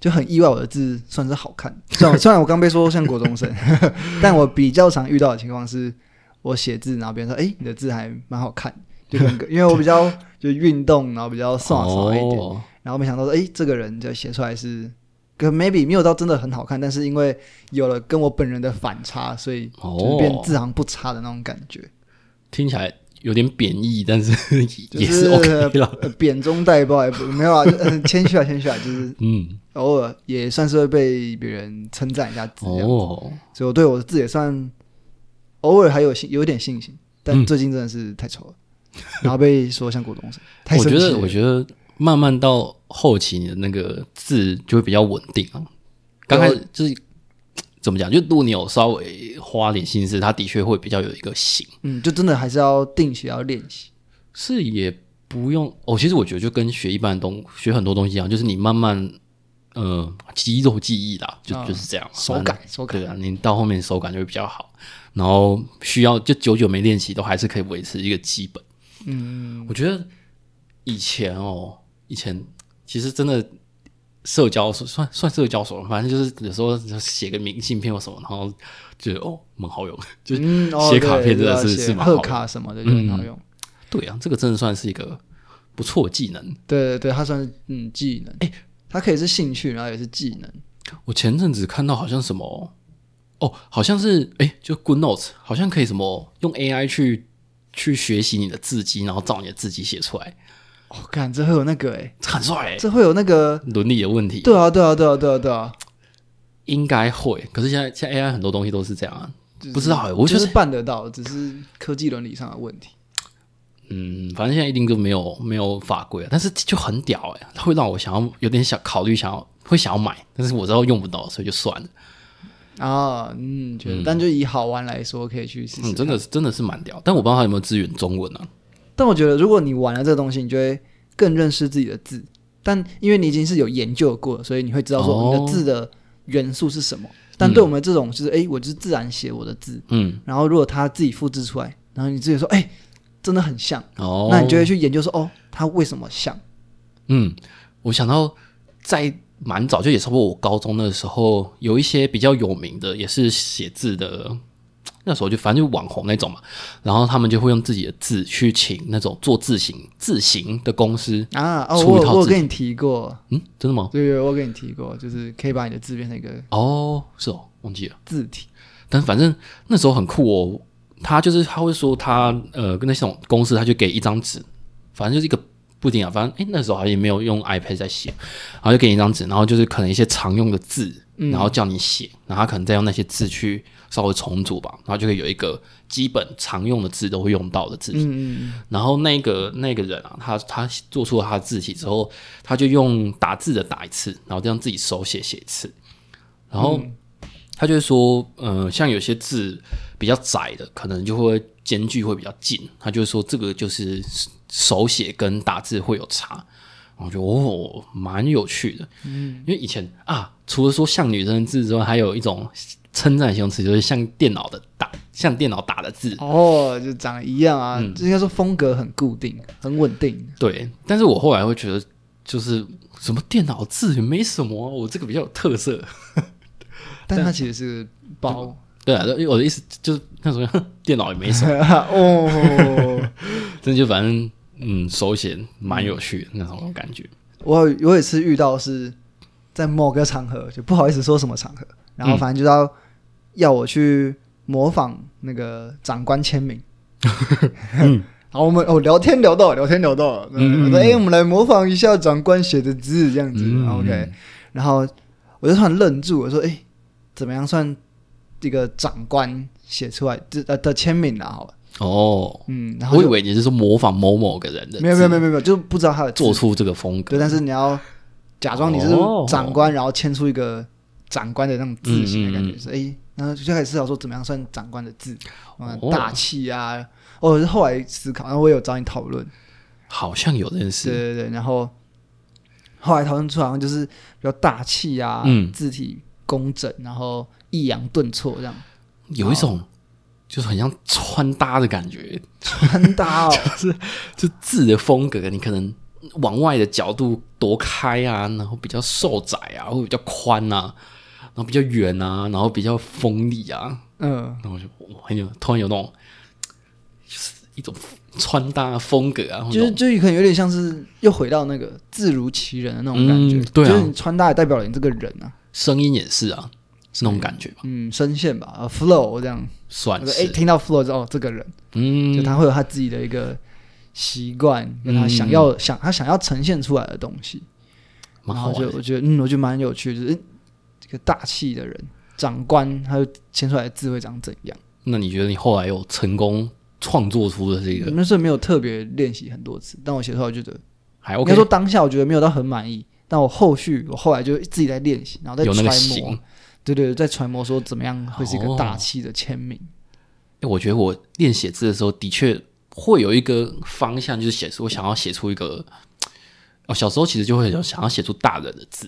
A: 就很意外我的字算是好看。虽 然虽然我刚被说像国中 生，但我比较常遇到的情况是，我写字，然后别人说哎、诶你的字还蛮好 看，就很因为我比较就运动，然后比较爽爽一点，
B: 哦
A: 然后没想到说哎、诶这个人就写出来是。可 maybe 没有到真的很好看，但是因为有了跟我本人的反差，所以就是变
B: 哦
A: 字行不差的那种感觉。
B: 听起来有点贬义，但是
A: 就
B: 也是 OK 了。
A: 呃贬中带褒，也不没有啊，就 呃谦虚啊，谦虚啊，就是
B: 嗯，
A: 偶尔也算是会被别人称赞一下字这样，
B: 哦，
A: 所以我对我自己也算偶尔还有信，有点信心，但
B: 嗯
A: 最近真的是太 丑了，然后被说像股东生，太
B: 我
A: 生
B: 觉
A: 气
B: 得，
A: 了
B: 我觉得慢慢到后期，你的那个字就会比较稳定啊。刚开始就是怎么讲，就如果你有稍微花点心思，它的确会比较有一个型。
A: 嗯，就真的还是要定期要练习，
B: 是也不用哦。其实我觉得就跟学一般的东学很多东西一样，就是你慢慢呃肌肉记忆啦，就、
A: 啊
B: 就是这样，
A: 手感
B: 反正
A: 手感
B: 对啊，你到后面手感就会比较好，然后需要就久久没练习都还是可以维持一个基本。嗯，我觉得以前哦，以前其实真的。社交算算社交手段，反正就是有时候就写个明信片或什么，然后觉得哦蛮好用，就
A: 嗯，哦
B: 写卡片
A: 对
B: 真的是
A: 要写
B: 是蛮好
A: 贺
B: 的
A: 卡什么的就很好用，
B: 对啊，这个真的算是一个不错的技能。
A: 对对对，它算是嗯技能，哎，它可以是兴趣，然后也是技能，
B: 我前阵子看到好像什么，哦，好像是哎、诶就 Good Notes，好像可以什么用 AI 去去学习你的字迹，然后照你的字迹写出来，
A: 我看哦这会有那个哎，
B: 这很帅、欸。
A: 这会有那个。
B: 伦理的问题
A: 对啊，对啊，对啊，对啊，对啊，
B: 应该会，可是现在现在 AI 很多东西都是这样啊，
A: 就是
B: 不知道哎、我
A: 就
B: 觉
A: 是
B: 得
A: 办得到，只是科技伦理上的问题。
B: 嗯，反正现在一定就没有没有法规啊，但是就很屌哎、它会让我想要有点想考虑想要会想要买，但是我知道用不到，所以就算了。
A: 啊，嗯，觉得，但就以好玩来说，可以去试
B: 嗯，
A: 试。
B: 真的是真的是蛮屌，但我不知道它有没有支援中文啊。
A: 但我觉得，如果你玩了这个东西，你就会更认识自己的字。但因为你已经是有研究过了，所以你会知道说
B: 哦
A: 你的字的元素是什么。但对我们这种，就是哎、诶我就是自然写我的字，
B: 嗯，
A: 然后如果他自己复制出来，然后你自己说，哎、真的很像，
B: 哦，
A: 那你就会去研究说，哦，它为什么像？
B: 嗯，我想到在蛮早，就也差不多我高中的时候，有一些比较有名的，也是写字的，那时候就反正就网红那种嘛，然后他们就会用自己的字去请那种做字型字型的公司，
A: 啊，哦，
B: 出一
A: 我
B: 套
A: 我有
B: 字
A: 跟你提过，
B: 嗯，真的吗？
A: 对对，我有跟你提过，就是可以把你的字变成一个
B: 哦，是哦，忘记了。
A: 字体。
B: 但反正那时候很酷哦，他就是他会说他呃跟那种公司，他就给一张纸，反正就是一个布丁啊，反正诶那时候好像也没有用 iPad 在写，然后就给你一张纸，然后就是可能一些常用的字，然后叫你写，然后他可能再用那些字去稍微重组吧，然后就可以有一个基本常用的字都会用到的字体。
A: 嗯嗯
B: 然后那个那个人啊，他他做出了他的字体之后，他就用打字的打一次，然后再用自己手写写一次，然后他就会说，呃，像有些字比较窄的，可能就会间距会比较近，他就会说这个就是手写跟打字会有差。然后我觉得哦，蛮有趣的，嗯，因为以前啊，除了说像女生的字之外，还有一种称赞形容词，就是像电脑的打，像电脑打的字
A: 嗯，，哦，就长得一样啊，这应该说风格很固定，很稳定。
B: 对，但是我后来会觉得，就是什么电脑字也没什么啊、我这个比较有特色。
A: 但它其实是包
B: 对啊，因为我的意思就是那时候哼 电脑也没什么，
A: 哦。
B: 真的就反正嗯手写蛮有趣的那种感觉。
A: 我有我有一次遇到是在某个场合，就不好意思说什么场合，然后反正就要、要我去模仿那个长官签名。然后我们哦聊天聊到聊天聊到了，嗯，我说哎、我们来模仿一下长官写的字这样子、
B: 嗯
A: o k 然后我就突然愣住，我说哎、怎么样算这个长官写出来这呃的签名啊？好了，
B: 哦，
A: 嗯，然后
B: 我以
A: 就
B: 为你是说模仿某某个人的，
A: 没有没有没有没有，就不知道他的字
B: 做出这个风格。
A: 对，但是你要假装你是
B: 哦
A: 长官，然后签出一个长官的那种字形的感
B: 嗯嗯
A: 觉，是哎、诶然后就开始思考说怎么样算长官的字，嗯，
B: 哦
A: 大气啊。哦，我是后来思考，然后我也有找你讨论，
B: 好像有这件
A: 对
B: 事。
A: 对对，然后后来讨论出好像就是比较大气啊，
B: 嗯
A: 字体工整，然后抑扬顿挫 这样。
B: 有一种就是很像穿搭的感觉，
A: 穿搭 哦，
B: 就字的风格，你可能往外的角度多开啊，然后比较瘦窄啊，或者比较宽啊，然后比较圆啊，然后比较锋利啊，
A: 嗯，
B: 然后我就我很有突然有那种就是一种穿搭风格啊，
A: 就是就是可能有点像是又回到那个字如其人的那种感觉，
B: 嗯对啊
A: 就是你穿搭也代表了你这个人啊，
B: 声音也是啊，是那种感觉吧，
A: 嗯，声线吧、啊 f l o w 这样，
B: 算
A: 我说哎，
B: 是，
A: 听到 flow 之后，哦这个人，
B: 嗯，
A: 就他会有他自己的一个习惯，跟他想要、想他想要呈现出来的东西，
B: 蛮
A: 然
B: 好
A: 后
B: 玩
A: 就
B: 的，
A: 我觉得嗯，我觉得蛮有趣的，就是嗯这个大气的人，长官，他就牵出来的字会长怎样。
B: 那你觉得你后来有成功创作出的这
A: 我
B: 个
A: 那时候没有特别练习很多次，但我写出来我觉得，
B: 还
A: 应
B: OK？
A: 该说当下我觉得没有到很满意，但我后续我后来就自己在练习，然后再
B: 有那个
A: 揣
B: 型
A: 摩，，对对，对在揣摩说怎么样会是一个
B: 哦
A: 大气的签名。
B: 欸我觉得我练写字的时候，的确会有一个方向，就是写出我想要写出一个。哦，小时候其实就会有想要写出大人的字，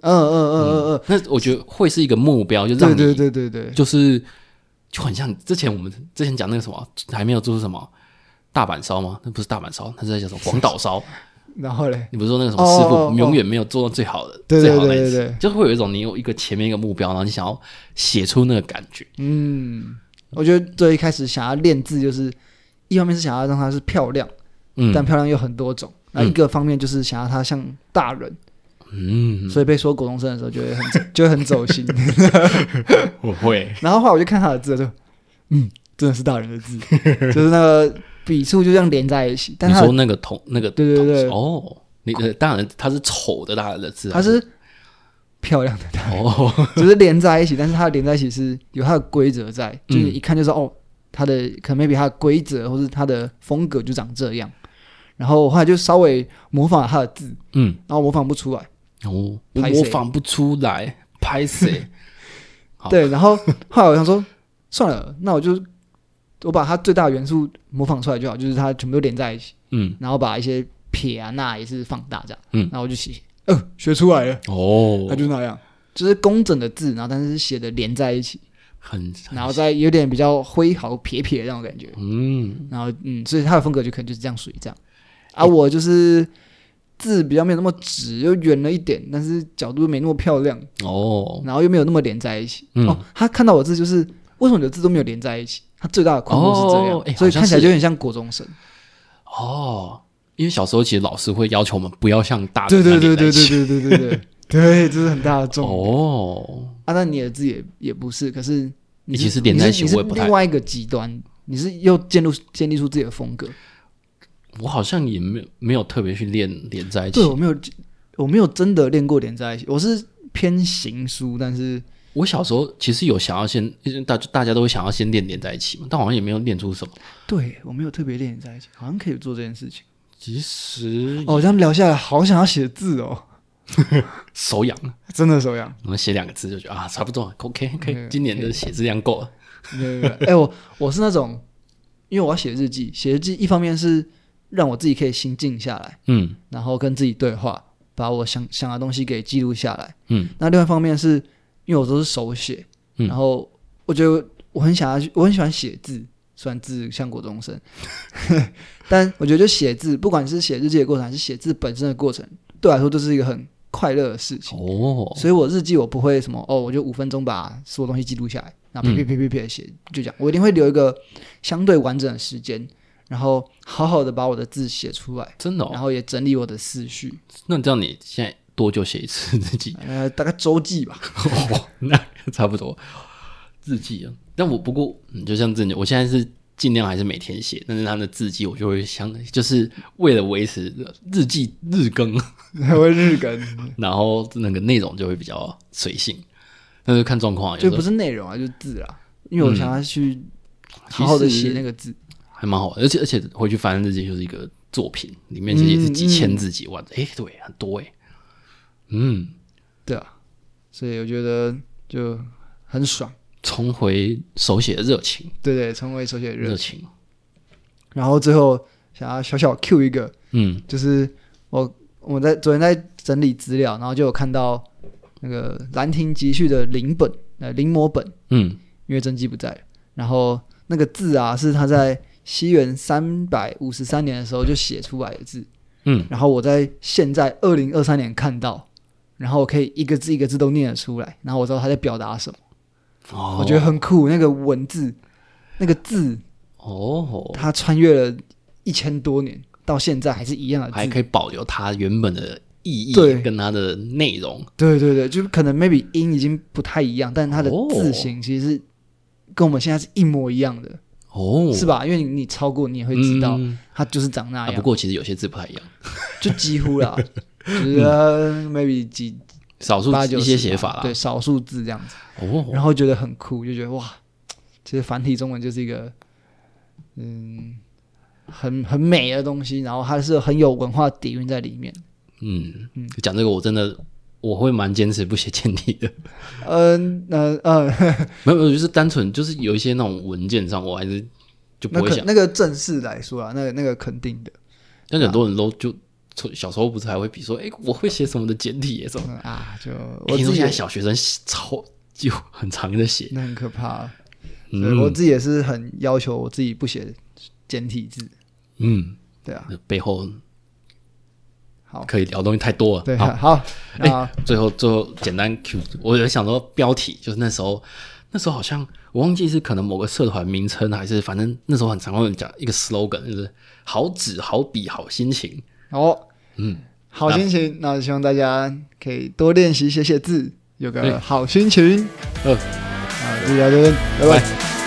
A: 嗯嗯嗯嗯嗯，
B: 那我觉得会是一个目标，就让
A: 对
B: 你
A: 对对对对，
B: 就是就很像之前我们之前讲那个什么，还没有做出什么大阪烧吗？那不是大阪烧，那是在讲什么广岛烧？
A: 然后嘞，
B: 你不是说那个什么师
A: 哦哦哦
B: 傅永远没有做到最好的，
A: 对对
B: 最好的那
A: 对
B: 一
A: 对
B: 次
A: 对，
B: 就是会有一种你有一个前面一个目标，然后你想要写出那个感觉，
A: 嗯，我觉得最一开始想要练字，就是一方面是想要让它是漂亮，
B: 嗯
A: 但漂亮有很多种。那一个方面就是想要它像大人，
B: 嗯，
A: 所以被说国中生的时候就会很走就会很走心。
B: 我会，
A: 然后后来我就看他的字，就嗯，真的是大人的 字，就是那个笔触就这样连在一起。但
B: 你
A: 他
B: 说那个同那个
A: 对对
B: 同
A: 对
B: 哦，你呃当然他是丑的大人的字啊，
A: 他是漂亮的大人，
B: 哦，
A: 只是连在一起，但是它连在一起是有它的规则在，就是
B: 嗯
A: 一看就知道、哦，它的可能 maybe 它的规则或是它的风格就长这样。然后我后来就稍微模仿了它的字，
B: 嗯，
A: 然后模仿不出来，
B: 哦，我
A: 拍谁
B: 模仿不出来，拍 谁？好
A: 对。然后后来我想说，算了，那我就我把它最大的元素模仿出来就好，就是它全部都连在一起，
B: 嗯，
A: 然后把一些撇啊捺也是放大这样，
B: 嗯
A: 然后我就写，呃，学出来了，它
B: 哦，
A: 就那样，就是工整的字，然后但是写的连在一起。
B: 很，
A: 然后再有点比较挥毫撇撇的那种感觉，
B: 嗯，
A: 然后嗯，所以他的风格就可能就是这样属于这样。啊，我就是字比较没有那么直，又圆了一点，但是角度没那么漂亮，
B: 哦，
A: 然后又没有那么连在一起。
B: 嗯
A: 哦，他看到我字就是为什么你的字都没有连在一起？他最大的困惑是这样，
B: 哦哎
A: 所以看起来
B: 好像是
A: 就有点像国中生。
B: 哦，因为小时候其实老师会要求我们不要像大
A: 对
B: 人
A: 对对
B: 那年代
A: 对对
B: 一起
A: 对对对对对，这是很大的重点。
B: 哦，
A: 啊，那你的字也也不是，可是你
B: 其
A: 是
B: 实连在一起
A: 你是
B: 我也不
A: 你是
B: 太
A: 另外一个极端，你是又建立建立出自己的风格。
B: 我好像也没有没有特别去练连在一起
A: 对，，我没有，我没有真的练过连在一起，我是偏行书，但是
B: 我小时候其实有想要先，因为大大家都会想要先练连在一起嘛，但好像也没有练出什么。
A: 对我没有特别练在一起，好像可以做这件事情。
B: 其实
A: 哦，这样聊下来，好想要写字哦，
B: 手痒，
A: 真的手痒。
B: 然后写两个字就觉得啊，差不多了，OK
A: 嗯
B: OK，今年的写字量够了。
A: 对对 对哎，我我是那种，因为我要写日记，写日记一方面是让我自己可以心静下来，
B: 嗯
A: 然后跟自己对话，把我想想的东西给记录下来。
B: 嗯，
A: 那另外一方面是因为我都是手写，
B: 嗯
A: 然后我觉得我很想要去，我很喜欢写字，虽然字像国中生， 但我觉得就写字，不管是写日记的过程还是写字本身的过程，对我来说都是一个很快乐的事情。
B: 哦，
A: 所以我日记我不会什么哦，我就五分钟把所有东西记录下来，然后
B: 嗯
A: 啪啪啪啪啪写，就这样。我一定会留一个相对完整的时间，然后好好的把我的字写出来，
B: 真的哦
A: 然。后也整理我的思绪，
B: 那你知道你现在多久写一次日记？
A: 呃，大概周记 吧。
B: 哦，那差不多日记啊。但我不过，嗯，就像这里，我现在是尽量还是每天写，但是他的字迹我就会想，就是为了维持日记日更，
A: 还会日更，
B: 然后那个内容就会比较随性，那就看状况啊，
A: 就
B: 有时
A: 不
B: 候
A: 是内容啊，就是字啦。因为我想要去好好的写那个字，
B: 还蛮好玩，而且而且回去翻日记就是一个作品，里面其实也是几千字几
A: 嗯
B: 万字，哎、对，很多哎、嗯，
A: 对啊，所以我觉得就很爽，
B: 重回手写的热情，
A: 对对，成为手写
B: 热
A: 热。
B: 情，
A: 然后最后想要小小 Q 一个，
B: 嗯，
A: 就是我我在昨天在整理资料，然后就有看到那个《兰亭集序》的临本，呃临摹本，
B: 嗯，
A: 因为真迹不在了。然后那个字啊，是他在西元三百五十三年的时候就写出来的字。
B: 嗯，
A: 然后我在现在二零二三年看到，然后我可以一个字一个字都念得出来，然后我知道他在表达什么，
B: 哦，
A: 我觉得很酷。那个文字，那个字，
B: 哦，
A: 它穿越了一千多年，到现在还是一样的
B: 还
A: 字。
B: 可以保留它原本的意义
A: 对
B: 跟它的内容，
A: 对对对，就是可能 maybe 音已经不太一样，但它的
B: 哦
A: 字形其实是跟我们现在是一模一样的，
B: 哦，
A: 是吧？因为你你超过你也会知道，
B: 嗯
A: 它就是长那
B: 啊，
A: 样。
B: 不过其实有些字不太一样，
A: 就几乎 啦，就是、呃 maybe 几
B: 少数
A: 八九
B: 嗯一些
A: 十
B: 写
A: 吧
B: 法啦，
A: 对，少数字这样子，
B: 哦，
A: 然后觉得很酷，就觉得哇，其实繁体中文就是一个嗯很很美的东西，然后它是很有文化底蕴在里面。
B: 嗯，讲这个我真的我会蛮坚持不写简体的，
A: 嗯呃 呃，
B: 没有没有，就是单纯就是有一些那种文件上我还是就不
A: 那
B: 会
A: 可
B: 想，
A: 那个正式来说啊，那个那个肯定的、
B: 但
A: 啊
B: 很多人都就从小时候不是还会比说，哎，我会写什么的简体耶，什么，
A: 嗯、啊，就
B: 诶
A: 我
B: 听
A: 自
B: 说
A: 己
B: 现在
A: 也
B: 小学生写超就很长的写，
A: 那很可怕，所以我
B: 嗯
A: 自己也是很要求我自己不写简体字，
B: 嗯，
A: 对啊，
B: 背后嗯
A: 好，
B: 可以聊的东西太多了，
A: 对啊
B: 好。
A: 好，
B: 哎、
A: 那
B: 最后最后简单 Q，我有想说标题，就是那时候那时候好像我忘记是可能某个社团名称，还是反正那时候很常会有人讲一个 slogan，就是好纸好笔好心情。
A: 哦。
B: 嗯，
A: 好心情，那希望大家可以多练习写写字，有个好心情。
B: 呃，
A: 啊，就聊这边，拜拜
B: 拜。